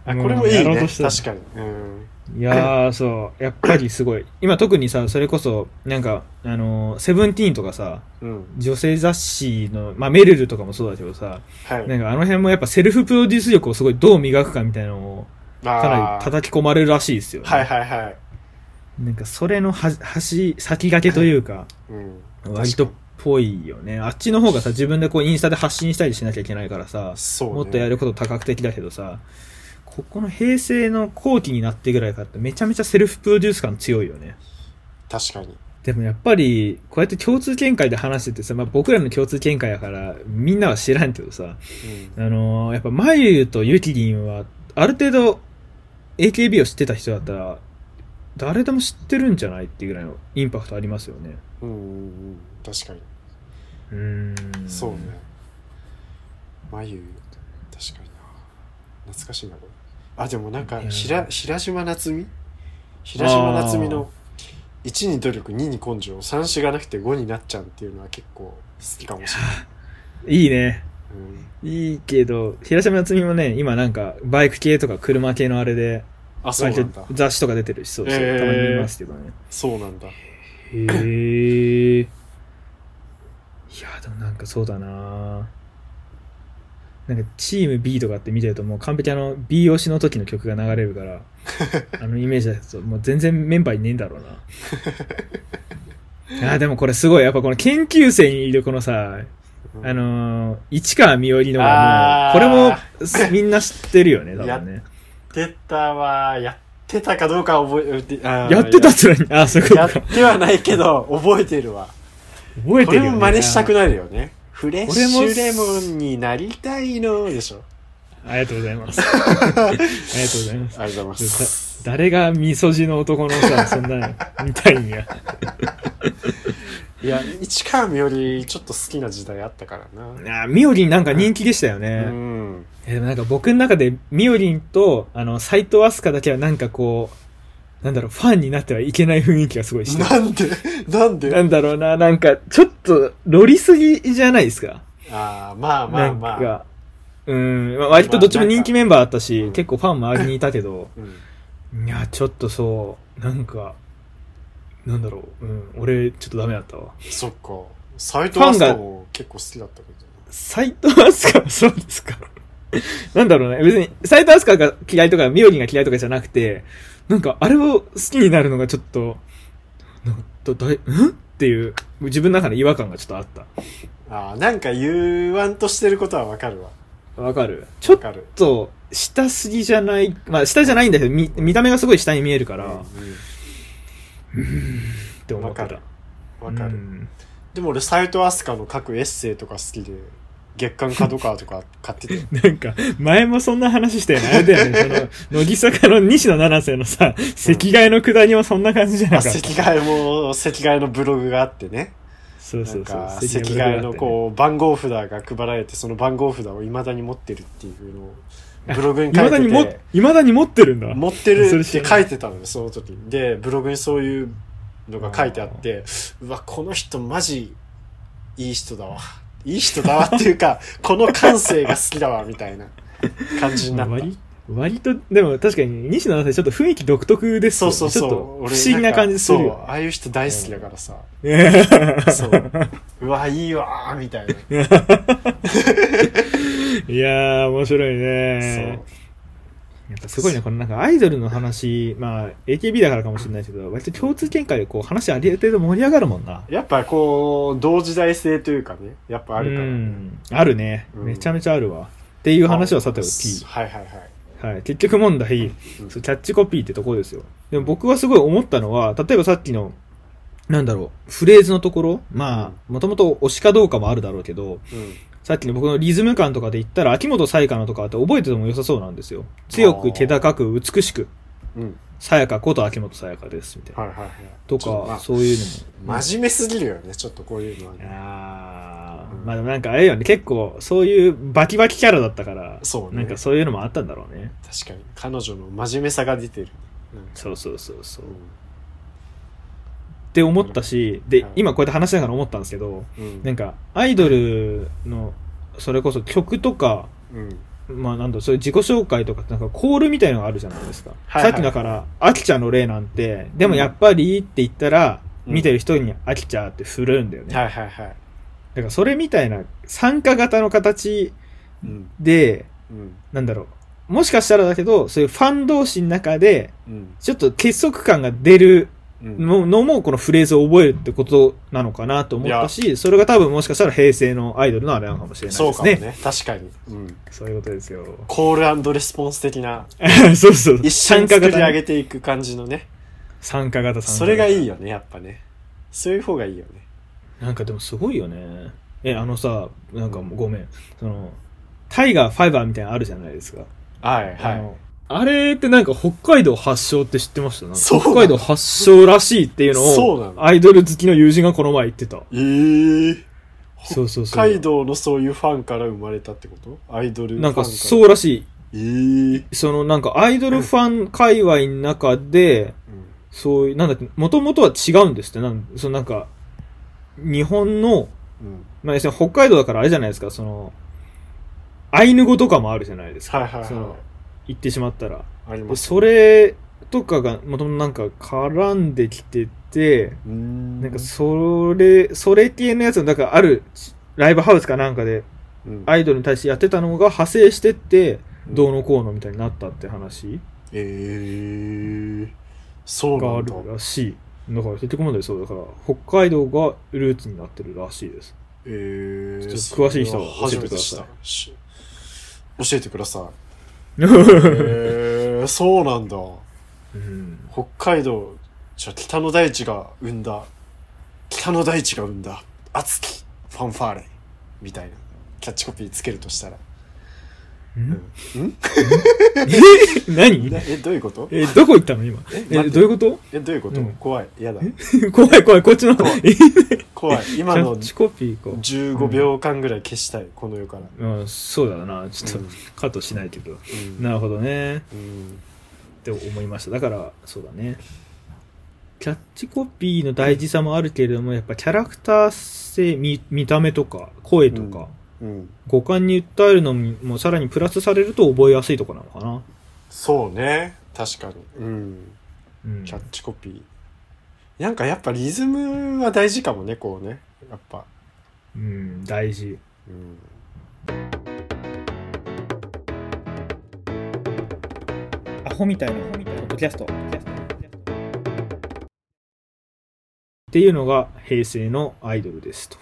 あ、これもいうんいやろうね。とした確かに。うん。いやー、そう。やっぱりすごい。今特にさ、それこそ、なんか、あのーセブンティーンとかさ、うん。女性雑誌の、まあ、メルルとかもそうだけどさ、はい。なんかあの辺もやっぱセルフプロデュース力をすごいどう磨くかみたいなのを、あーかなり叩き込まれるらしいですよ、ね。はいはいはい。なんかそれのは、橋、先駆けというか、うん。割とっぽいよね。あっちの方がさ、自分でこうインスタで発信したりしなきゃいけないからさ、そう、ね。もっとやること多角的だけどさ、ここの平成の後期になってぐらいからってめちゃめちゃセルフプロデュース感強いよね。確かに。でもやっぱり、こうやって共通見解で話しててさ、まあ僕らの共通見解やから、みんなは知らんけどさ、あのーやっぱまゆゆとゆきりんは、ある程度、AKB を知ってた人だったら、誰でも知ってるんじゃないっていうぐらいのインパクトありますよね。うん。うんうんうん。確かに。うーん。そうね。眉、確かにな。懐かしいな、これ。あ、でもなんか、いやひら、平島夏美平島夏美の、1に努力、2に根性、3しがなくて5になっちゃうっていうのは結構好きかもしれない。いいね。うん、いいけど、平島夏美もね、今なんか、バイク系とか車系のあれで、あ、そうなんだ割と。雑誌とか出てるし、そうそう、へーたまに見ますけどね。そうなんだ。へえ。いや、でもなんかそうだななんか、チーム B とかって見てると、もう完璧あの、B 推しの時の曲が流れる から、あのイメージだと、もう全然メンバーいねえんだろうな。あーでもこれす ごい、やっぱこの研究生にいるこのさ、うんあのー、市川みおりのがあーもう、これもすみんな知ってるよね、多や分ね。出たわ。やってたかどうかは覚えて、あーやってたってのに、あー、そういうことやかっ。てはないけど、覚えてるわ。覚えこてれるよもね。真似したくなるよね。フレッシこれもュレモンになりたいのでしょ。ありがとうございます。ありがとうございます。ありがとうございます。誰がみそじの男のさ、そんなの、みたいんや。 いや、市川みよりちょっと好きな時代あったからな。あーみおりんなんか人気でしたようね。ん。えでもなんか僕の中でみおりんと、あの、斎藤飛鳥だけはなんかこう、なんだろう、ファンになってはいけない雰囲気がすごいしてるなんでなんで なんだろうな、なんか、ちょっと、ロリすぎじゃないですか。ああ、まあまあなまんあ。か、うん、まあ割とどっちも人気メンバーだったし、まあなんか結構ファン周りにいたけど、うんいや、ちょっとそう、なんか、なんだろう、うん、俺、ちょっとダメだったわ。そっか。斎藤飛鳥も結構好きだったけど。斎藤飛鳥はそうですか なんだろうね。別に、斎藤飛鳥が嫌いとか、みおりんが嫌いとかじゃなくて、なんか、あれを好きになるのがちょっと、なんだ、だい、んっていう、自分の中で違和感がちょっとあっああ、なんか言わんとしてることはわかるわ。た。わかるちょわっかる。と、下すぎじゃない、まあ、下じゃないんだけど、見、見た目がすごい下に見えるから、っうて思ってわかたる。ん、わかうる。んでも俺、斎藤飛鳥の書くエッセイとか好きで、月刊角川とか買ってて。なんか、前もそんな話したよね。あれだよね。その、乃木坂の西野七瀬のさ、席替えの下りもそんな感じじゃあ なかった。席替えも、席替えのブログがあってね。そうなそんうそうか。席替えのう。こう番号札が配られてその番号札をいまだに持ってるっていうのをブログにい書まいだにてもて、いまだに持ってるんだ。持ってるっそてれ知らない書いてたのよその時にでブログにそういうのが書いてあってうわこの人マジいい人だわいい人だわっていうか この感性が好きだわみたいな感じになった割割と、でも確かに西野七瀬ちょっと雰囲気独特ですそようね。そうそうちょっと俺不思議な感じするんよかそうああいう人大好きだからさ、ね。そう うわいいわーみたいな、 いやー、面白いそうね。やっぱすごいね、このなんかアイドルの話、まあ、AKB だからかもしれないですけど、割と共通見解でこう話ある程度盛り上がるもんな。やっぱこう、同時代性というかね、やっぱあるから、うね。ん、あるね、うんめちゃめちゃあるわっていう話はさておき、はいはいはい。はい、結局問題、うんそうキャッチコピーってところですよでも僕はすごい思ったのは例えばさっきのなんだろうフレーズのところまあもともと推しかどうかもあるだろうけどさっきの僕のリズム感とかで言ったら秋元才加のとかって覚えてても良さそうなんですよ強く気高く美しくうん。うん。さやかこと秋元さやかですみたいな、はいはいはい。とちょっか、まあそういうのも真面目すぎるよね、ちょっとこういうのはね。あーまあでもなんかあれよね、結構そういうバキバキキャラだったから、そうねなんかそういうのもあったんだろうね。確かに。彼女の真面目さが出てる。なんかそうそうそうそうう。っんて思ったし、ではい、今こうやって話しながら思ったんですけど、うん。なんかアイドルの、それこそ曲とか、うん。まあなんだろう、そういう自己紹介とかってなんかコールみたいのがあるじゃないですか。はいはいさっきだから、アキちゃんの例なんて、でもやっぱりって言ったら、うん見てる人に飽きちゃうって振るんだよね。はいはいはい。だからそれみたいな参加型の形うん。で、うん。なんだろう。もしかしたらだけど、そういうファン同士の中で、うん。ちょっと結束感が出るうん。ののも、このフレーズを覚えるってことなのかなと思ったし、それが多分もしかしたら平成のアイドルのあれなのかもしれないそでうすかもね。ね。確かに。うん。そういうことです よ。コールレスポンス的な、そうそう。一緒参に加作り型上ね、げていく感じのね。参加型、参加型。それがいいよね、やっぱね。そういう方がいいよね。なんかでもすごいよね。え、あのさ、なんかもうごめん。その、タイガーファイバーみたいなのあるじゃないですか。はいはあい。のあれってなんか北海道発祥って知ってましたなんかそうなの北海道発祥らしいっていうそうなのを、のアイドル好きの友人がこの前言ってた。えー。そうそう北そ海う。道のそういうファンから生まれたってことアイドルファンなんかうそうらしえーい。そのなんかアイドルファン界隈の中で、うんそういう、なんだっけ、もともとは違うんですって。なんそのなんか、日本の、うんまあ、要するに北海道だからあれじゃないですか、その、アイヌ語とかもあるじゃないですか。はいはいそはの言ってしまったら。いありでますそれとかがもともとなんか絡んできてて、うーんなんかそれ、それ系のやつの、だからあるライブハウスかなんかでうんアイドルに対してやってたのが派生してって、うんどうのこうのみたいになったって話えーそうがなあんだるらしい。だから結局問題そうだから、北海道がルーツになってるらしいです。えーちょっと詳しい人はそれは初めて知っ教たし教えてくださいうえーそうなんだん、北海道じゃあ北の大地が生んだ北の大地が生んだ熱きファンファーレみたいなキャッチコピーつけるとしたらんうんえ何なえどういうことえ、どこ行ったの今。ええ、待っどてういうこと えどういうこと、うん怖いやだ怖い怖い、こっちの。え、キ怖い今ャのッチコピーか。 15秒間ぐらい消したいこの世からうん、そうだな。ちょっうんとカットしないけど。うんなるほどね。うんって思いましただからそうだねキャッチコピーの大事さもあるけれどもやっぱキャラクター性見見た目とか声とか、うん五感に訴えるのもさらにプラスされると覚えやすいとかなのかな、そうね確かにうんうん、キャッチコピーなんかやっぱリズムは大事かもねこうねやっぱうん大事うんホみたいな、ホみたいな、ポッドキャスト。ポッドキャストポッドキャストっていうのが平成のアイドルですと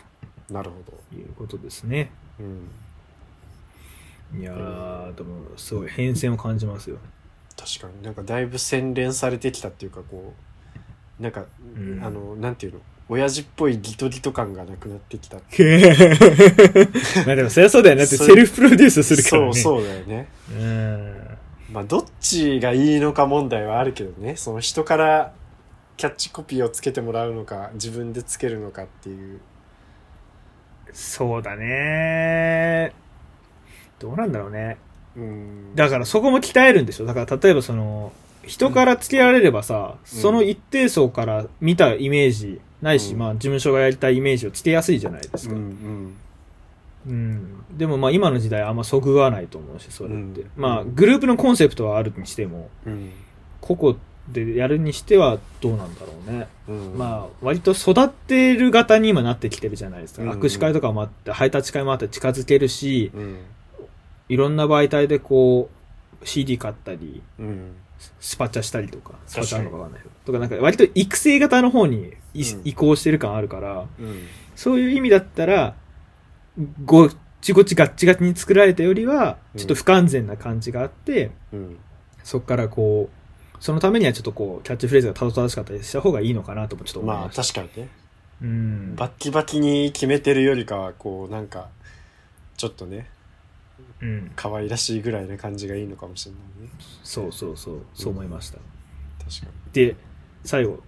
なるほど。いうことですね。うん。いやー、でもすごい変遷を感じ ますよ。確かになんかだいぶ洗練されてきたっていうかこうなんか、うんあのなんていうの親父っぽいギトギト感がなくなってきたまあでもそりゃそうだよね。だってそうセルフプロデュースするからね。そうそうだよねうん。まあどっちがいいのか問題はあるけどねその人からキャッチコピーをつけてもらうのか自分でつけるのかっていうそうだね。どうなんだろうね。うんだからそこも鍛えるんでしょ。だから例えばその、人からつけられればさ、うんその一定層から見たイメージ、ないし、うんまあ事務所がやりたいイメージをつけやすいじゃないですうんか。ううん。んでもまあ今の時代あんまそぐわないと思うし、それって。うんまあグループのコンセプトはあるにしても、うん、個々でやるにしてはどうなんだろうね。うん、まあ、割と育てる型に今なってきてるじゃないですか。うんうん握手会とかもあって、ハイタッチ会もあって近づけるし、うんいろんな媒体でこう、CD 買ったり、うんスパチャしたりとか、スパチャなのかわ確かんないけど。とか、なんか割と育成型の方にいうん移行してる感あるから、うんそういう意味だったら、ごっちごちガッチガチに作られたよりは、うんちょっと不完全な感じがあって、うんそこからこう、そのためにはちょっとこう、キャッチフレーズがたどたどしかったりした方がいいのかなともちょっと思いまあました。確かにねうん。バッキバキに決めてるよりかはこうなんかちょっとねうん。可愛らしいぐらいな感じがいいのかもしれないねそうそうそう、そう思いました。確かで、最後。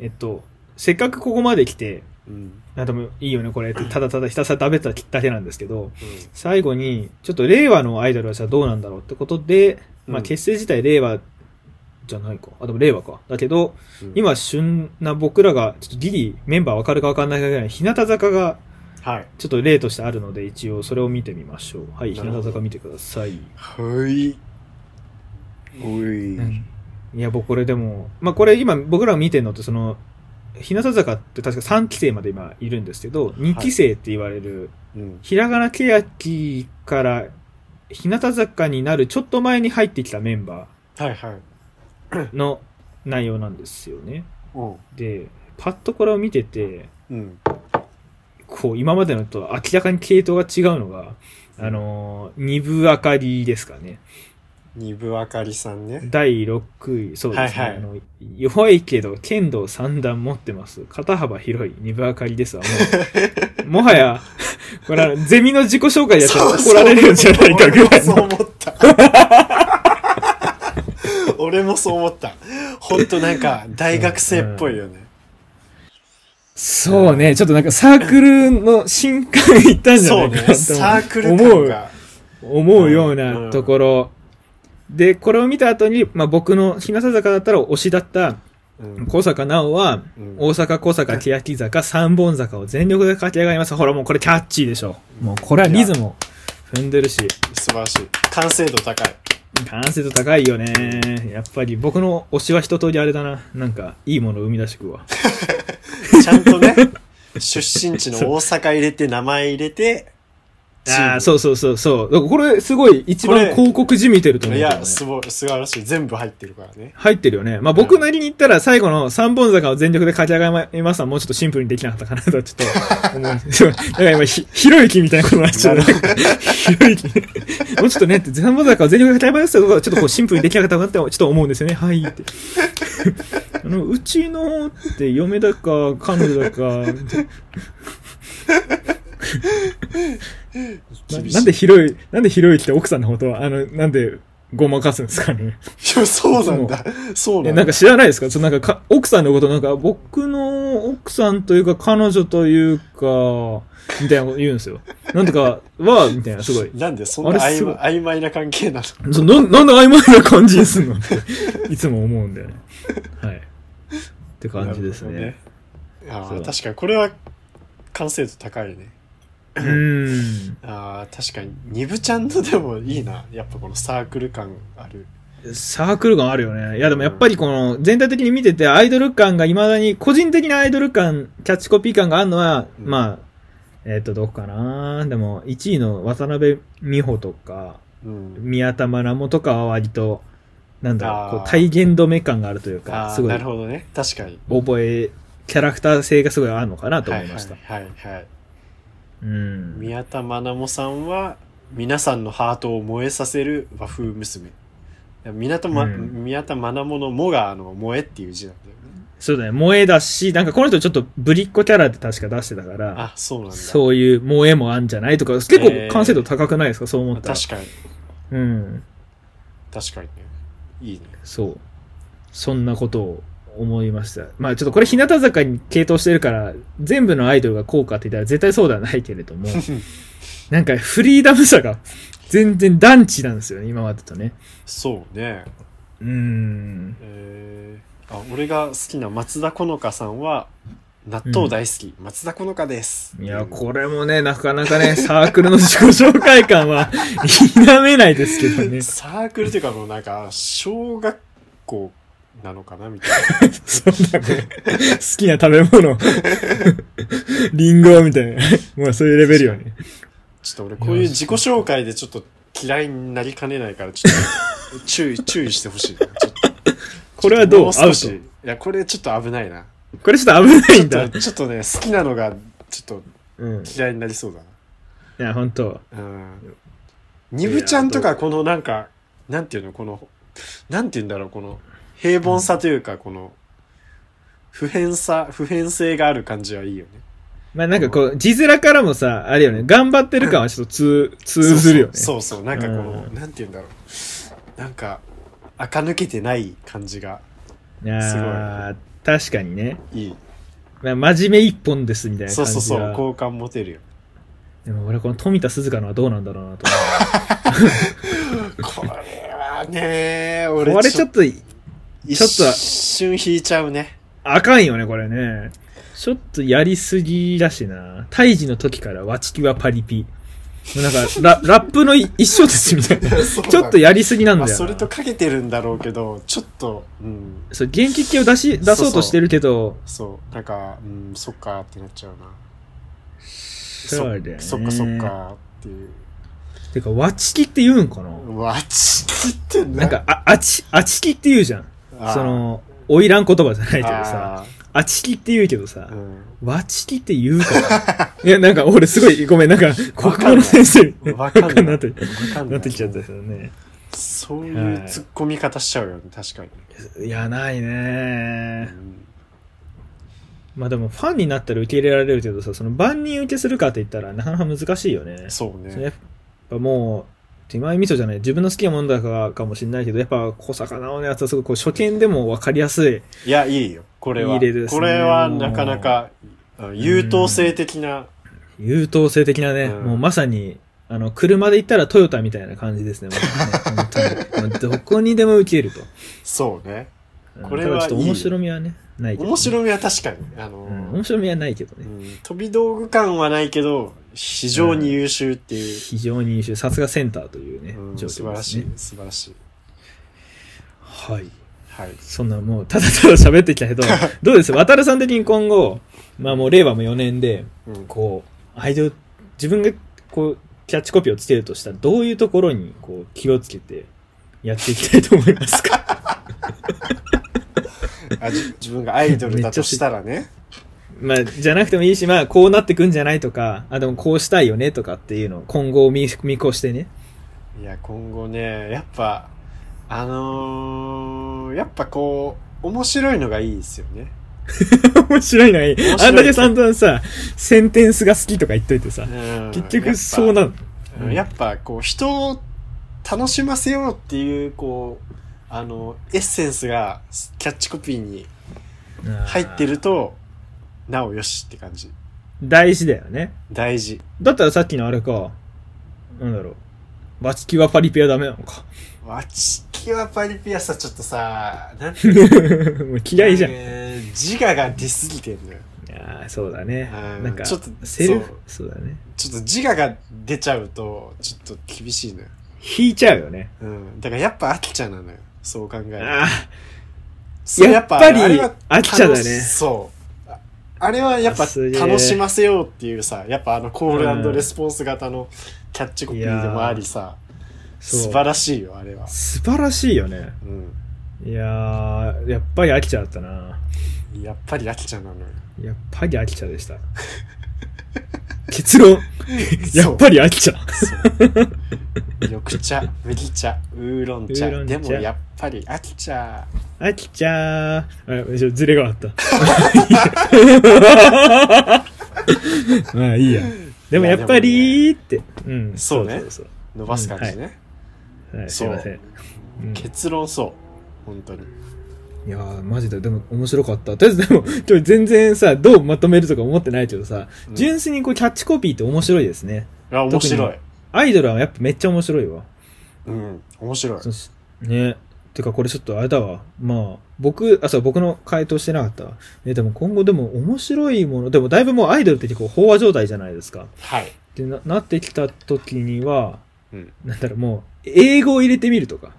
えっと、せっかくここまで来て、にうんなんでもいいよね、これって、ただただひたすら食べただけなんですけど、最後に、ちょっと令和のアイドルはじゃあどうなんだろうってことで、まうあん結成自体令和じゃないか。あ、でも令和か。だけど、今旬な僕らが、ちょっとギリメンバーわかるかわかんないぐらいの日向坂が、はいちょっと例としてあるので、一応それを見てみましょう。はい、な日るほど向坂見てください。はいおいいや、僕これでも、まあこれ今僕らが見てるのってその、日向坂って確か3期生まで今いるんですけど、2期生って言われる、うんひらがなけやきから日向坂になるちょっと前に入ってきたメンバはいはいーの内容なんですよね。うんで、パッとこれを見てて、うんこう今までのと明らかに系統が違うのが、あのー二部あかりですかね。二部あかりさんね第6位、そうですね。はいはいあの弱いけど、剣道三段持ってます。肩幅広い、二分明かりですわ。 もうもはや、これあの、ゼミの自己紹介やったらそう怒そうられるんじゃないかぐらい俺もそうの。思った 俺もそう思ったほんとなんか大学生っぽいよねそうね、ちょっとなんかサークルの新刊行ったんじゃなそういねかなとサークル思感う、が思うよううんなところ。で、これを見た後に、まあ、僕の日向坂だったら推しだったうん小坂直は、うん大阪、小坂、欅坂、三本坂を全力で駆け上がります。ほら、もうこれキャッチーでしょ。もうこれはリズムを踏んでるし、素晴らしい完成度高い完成度高いよね。やっぱり僕の推しは一通りあれだな。なんか、いいものを生み出してくわ。ちゃん とね、出身地の大阪入れて、名前入れて、ああ、う。そうそうそうそう。だからこれすごい一番これ広告じみてると思ういんだよね、や、すごい、素晴らしい。全部入ってるからね。入ってるよね。まあ僕なりに言ったら最後の三本坂を全力で駆け上がりますはもうちょっとシンプルにできなかったかなとちょっと 思う。そうだから今ひ、ひろゆきみたいなことになっちゃう。なひるろゆき。もうちょっとねって、三本坂を全力で駆け上がりますとかちょっとこうシンプルにできなかったかなってちょっと思うんですよね。はいって。あの、うちのって嫁だか彼女だか、な 厳しいなんでひろゆ、なんでひろゆきって奥さんのことは、あの、なんでごまかすんですかね。いや そうなんだ。そうえ、なんなんかだ。知らないですかそのなんかか、奥さんのことなんか、僕の奥さんというか、彼女というか、みたいなこと言うんです よ。なんとか、は、みたいな、すごい。なんでそんなあれす曖ごい昧曖昧な関係なのそななんで曖昧な感じにすんのって、 いつも思うんだよね。はい。って感じですね。。なるそほどうねああ、確かに、これは完成度高いね。うーん。ああ、確かに、二部ちゃんのでもいいな。やっぱこのサークル感ある。サークル感あるよね。いやでもやっぱりこの全体的に見ててアイドル感が未だに個人的なアイドル感、キャッチコピー感があるのは、うんまあ、えっ、と、どこかなでも、1位の渡辺美穂とか、うん。宮田真奈もとかは割と、なんだろあうーこう体言止め感があるというあか、あすごないるほどね確かに覚え、キャラクター性がすごいあるのかなと思いました。はいはいはい、はい、うん。宮田愛萌さんは皆さんのハートを燃えさせる和風娘宮田,、まうん宮田愛萌の「も」があの「萌え」っていう字なんだよねそうだね、萌えだし、なんかこの人ちょっとぶりっ子キャラで確か出してたから、あそうなんだそういう萌えもあんじゃないとか、結構完成度高くないですか、そう思ったら。確かうにん。確かにねいいねそう。そんなことを思いました。まあちょっとこれ日向坂に傾倒してるから、全部のアイドルがこうかって言ったら絶対そうではないけれ ども、なんかフリーダムさが全然団地なんですよね、今までとね。そうねうーん。えー、あ俺が好きな松田好花さんは納豆大好き、松田好花ですいや、これもね、なかなかね、サークルの自己紹介感は否めないですけどね。サークルというかもうなんか小学校なのかなみたいそうだね。好きな食べ 物。リンゴみたいな。もうそういうレベルよね。なちょっと俺こういう自己紹介でちょっと嫌いになりかねないからちょっ と注意注意してほしいなちょっとこれはどうもア少ウしトいやこれちょっと危ないなこれちょっと危ないんちょだっ。とちょっとね好きなのがちょっとうん。い嫌いになりそうだなや、本当うんニブちゃんとかこのなんか、なんていうのこの、なんていうんだろうこの平凡さというか、この、普遍さ、普遍性がある感じはいいよね。まあなんかこう、字面からもさ、あれよね、頑張ってる感はちょっと通、通ずるよね。そうそうそうそう、なんかこの、うんなんていうんだろう。なんか、垢抜けてない感じがいやー確かにね。いい。まあ、真面目一本ですみたいなそ感うじがそうそう、好感持てるよ。でも俺この富田鈴香のはどうなんだろうなと思これはね、う。俺これちょっと、一ちょっと瞬引いちゃうね。あかんよね、これね。ちょっとやりすぎだしな。胎児の時からワチキはパリピ。もうなんか、 ララップのい一緒ですみたい な。 ちょっとやりすぎなんだまよあ、な。それとかけてるんだろうけど、ちょっと、うん、そう、元気系を出し、出そうとしてるけど、そう、なんか、うん、そっかーってなっちゃうな。そうだよねそっかそっかーっていう。てか、ワチキって言うんかなうわ、ちきってななん、か、あ、あち、あちきって言うじゃん。あーそ、の、おいらん言葉じゃないけあどさ、あちきって言うけどさー、うわちきって言うから。いや、なんか 俺すごい、ごめん、なんか、国語の先生に、ん。わかんない。なって、わかんなないってきちゃったですよね。そういう突っ込み方しちゃうよね、確かに。いや、ないねうんまあでも、ファンになったら受け入れられるけどさ、その万人受けするかって言ったら、なかなか難しいよね。そうそのね。やっぱもう、手前味噌じゃない、自分の好きなものだからかもしれないけど、やっぱ小坂直のやつはすごいこう初見でも分かりやすい。いや、いいよ。これは。いい例ですねこれはなかなか、あ優等生的な、優等生的なね、うんもうまさに、あの、車で行ったらトヨタみたいな感じ ですね、もうね本当に。もうどこにでも受け入れると。そうね。うんこれはただちょっと面白みはね、ないけど、ね。面白みは確かに。あのうー、ん、面白みはないけどうね。ん飛び道具感はないけど、非常に優秀っていう。非常に優秀。さすがセンターというね、うん状素況晴でらすしいね。素晴らしいはい。はいそんなもう、ただただ喋ってきたけど、 どうです渡るさん的に今後、まあもう令和も4年で、うんこう、アイドル、自分がこう、キャッチコピーをつけるとしたら、どういうところにこう気をつけてやっていきたいと思いますかあじ自分がアイドルだとした らねまあ、じゃなくてもいいし、まあ、こうなってくんじゃないとか、あ、でもこうしたいよねとかっていうのを今後を見見越してね。いや今後ねやっぱあのーやっぱこう面白いのがいいですよね、面白いのがいい 面。白いあんだけさんとさ、センテンスが好きとか言っといてさう、ん結局そうなの。やっぱ,うん、やっぱこう人を楽しませようっていうこうあのエッセンスがキャッチコピーに入ってあるとなおよしって感じー。大事だよね。大事だったらさっきのあれか、なんだろう。バチキはパリピはダメなのか。 わちきはパリピアさちょっとさなんてもう嫌いじゃん。いえー自我が出すぎてんのよ。やーそうだねう。んなんか、ちょっとセルフそうそうだね。ちょっと自我が出ちゃうと、ちょっと厳しいのよ。引いちゃうよね。うん。だからやっぱ飽きちゃうなのよ。そう考えると。あそうやっぱりあれは飽きちゃうだね楽しそう。ああれはやっぱすげえ楽しませようっていうさ、やっぱあのコールレスポンス型のキャッチコピーでもありさ、ーそう素晴らしいよ、あれは。素晴らしいよね。うん。いやー、やっぱり飽きちゃったな。やっぱりアキちゃんなのよ。やっぱり飽きちゃでした。 結論、やっぱり飽きちゃ。緑茶、麦茶、ウーロン茶。ウーロンで茶もやっぱりアキちゃ飽きちゃー。あ、ちょズレがあった。 まあいいや。 でもやっぱりーって。うん。そうねそうそう伸ばす感じね。そうはい、すそいうません。うん結論そう。本当に。いやー、マジで、でも面白かった。とりあえずでも、今日全然さ、どうまとめるとか思ってないけどさ、うん純粋にこうキャッチコピーって面白いですね。あ、面白い。アイドルはやっぱめっちゃ面白いわ。うん。面白い。そしね。てかこれちょっとあれだわ。まあ、僕、あ、そう、僕の回答してなかったわ。え、でも今後でも面白いもの、でもだいぶもうアイドルって結構飽和状態じゃないですか。はい。でな、なってきた時には、うんなんだろう、もう、英語を入れてみるとか、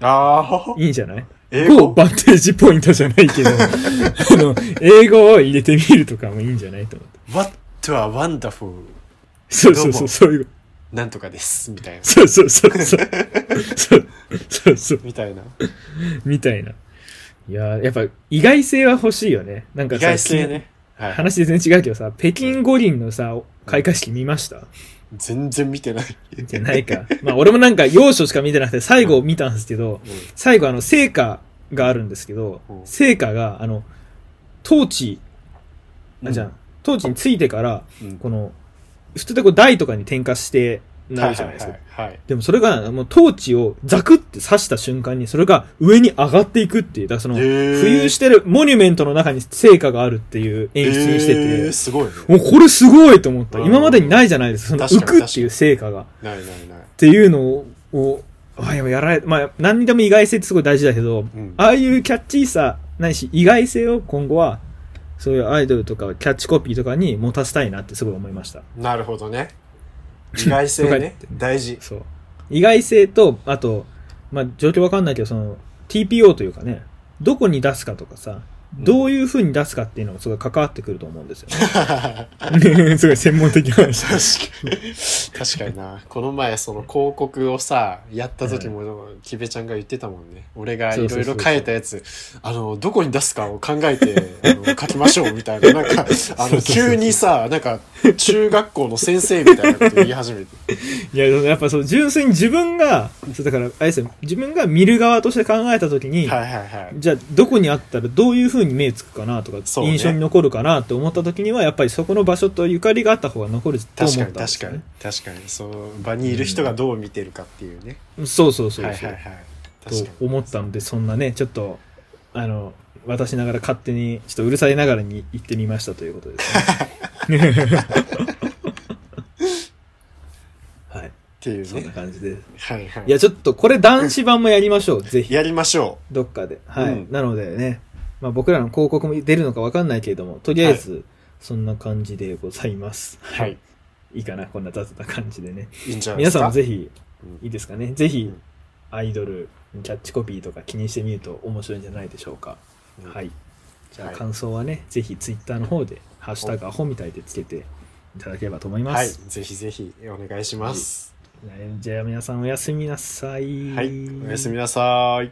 ああ、いいんじゃない英某語バンテージポイントじゃない けど、あの、英語を入れてみるとかもいいんじゃないと思って。 ?What a wonderful そうそうどうそもう、そういう、なんとかです。みたいな。そうそうそう、そう、そう、そう、そう、みたいな。 みたいな。いやーやっぱ意外性は欲しいよね。なんか意さ外性ね。きはい。話全然違うけどさ、北京五輪のさ、開会式見ました全然見てない。じゃない か。まあ俺もなんか要所しか見てなくて、最後を見たんですけど、う最後あの、聖火があるんですけどう、ん聖火が、あの、トーチ、あ、じゃん、トーチについてから、んうんこの、普通でこう台とかに点火してなはるいじゃなはいいですか。はい。はい。でもそれが、もうトーチをザクって刺した瞬間に、それが上に上がっていくっていう、だからその、へー浮遊してるモニュメントの中に成果があるっていう演出にしてて、えーすごいね。もうこれすごいと思った。うん今までにないじゃないですか。その、確か浮にくっていう成果が。っないないない。ていうのを、あでもやられ、まあ、何にでも意外性ってすごい大事だけど、うんああいうキャッチーさ、ないし、意外性を今後は、そういうアイドルとかキャッチコピーとかに持たせたいなってすごい思いました。なるほど ね。意外性ねとか。大事。そう。意外性と、あと、まあ、状況わかんないけど、その、TPO というかね、どこに出すかとかさ、どういう風に出すかっていうのがすごい関わってくると思うんですよ 確ね。すごい専門的な話。かに。確かにな。この前、その広告をさ、やった時も、キベちゃんが言ってたもんね。俺がいろいろ書いたやつ、あの、どこに出すかを考えて、あの、書きましょうみたい な。なんか、あの、急にさ、なんか、中学校の先生みたいなこと言い始め て。いや、やっぱそう、純粋に自分が、そうだから、あれですよ、自分が見る側として考えたときに、はいはいはい。 じゃあ、どこにあったらどういう風に目つくかなとか、そうね印象に残るかなって思ったときには、やっぱりそこの場所とゆかりがあった方が残ると思った確かんにです確よねかに。確かに。そう、場にいる人がどう見てるかっていうね。そうそうそうそう。はいはいはい。確かと思ったので、そんなね、ちょっと、あの、私ながら勝手に、ちょっとうるさいながらに行ってみましたということですね。 はい。っていうそんねな。感じで。はいはいい。や、ちょっとこれ男子版もやりましょう。ぜひ。やりましょどっかで。はい。うんなのでね、まあ僕らの広告も出るのかわかんないけれども、とりあえず、そんな感じでございます。う。はい。。 いいかな、こんな雑な感じでね。いいんじゃないで皆すか。さんもぜひ、うんいいですかね。ぜうひん、アイドル、キャッチコピーとか気にしてみると面白いんじゃないでしょうか。うんはい。じゃあはい感想はね、ぜひツイッターの方で、ハッシュタグアホみたいでつけていただければと思いまはい。す。ぜひぜひお願いします。はい、じゃあ皆さんおやすみなさい。はい。おやすみなさい。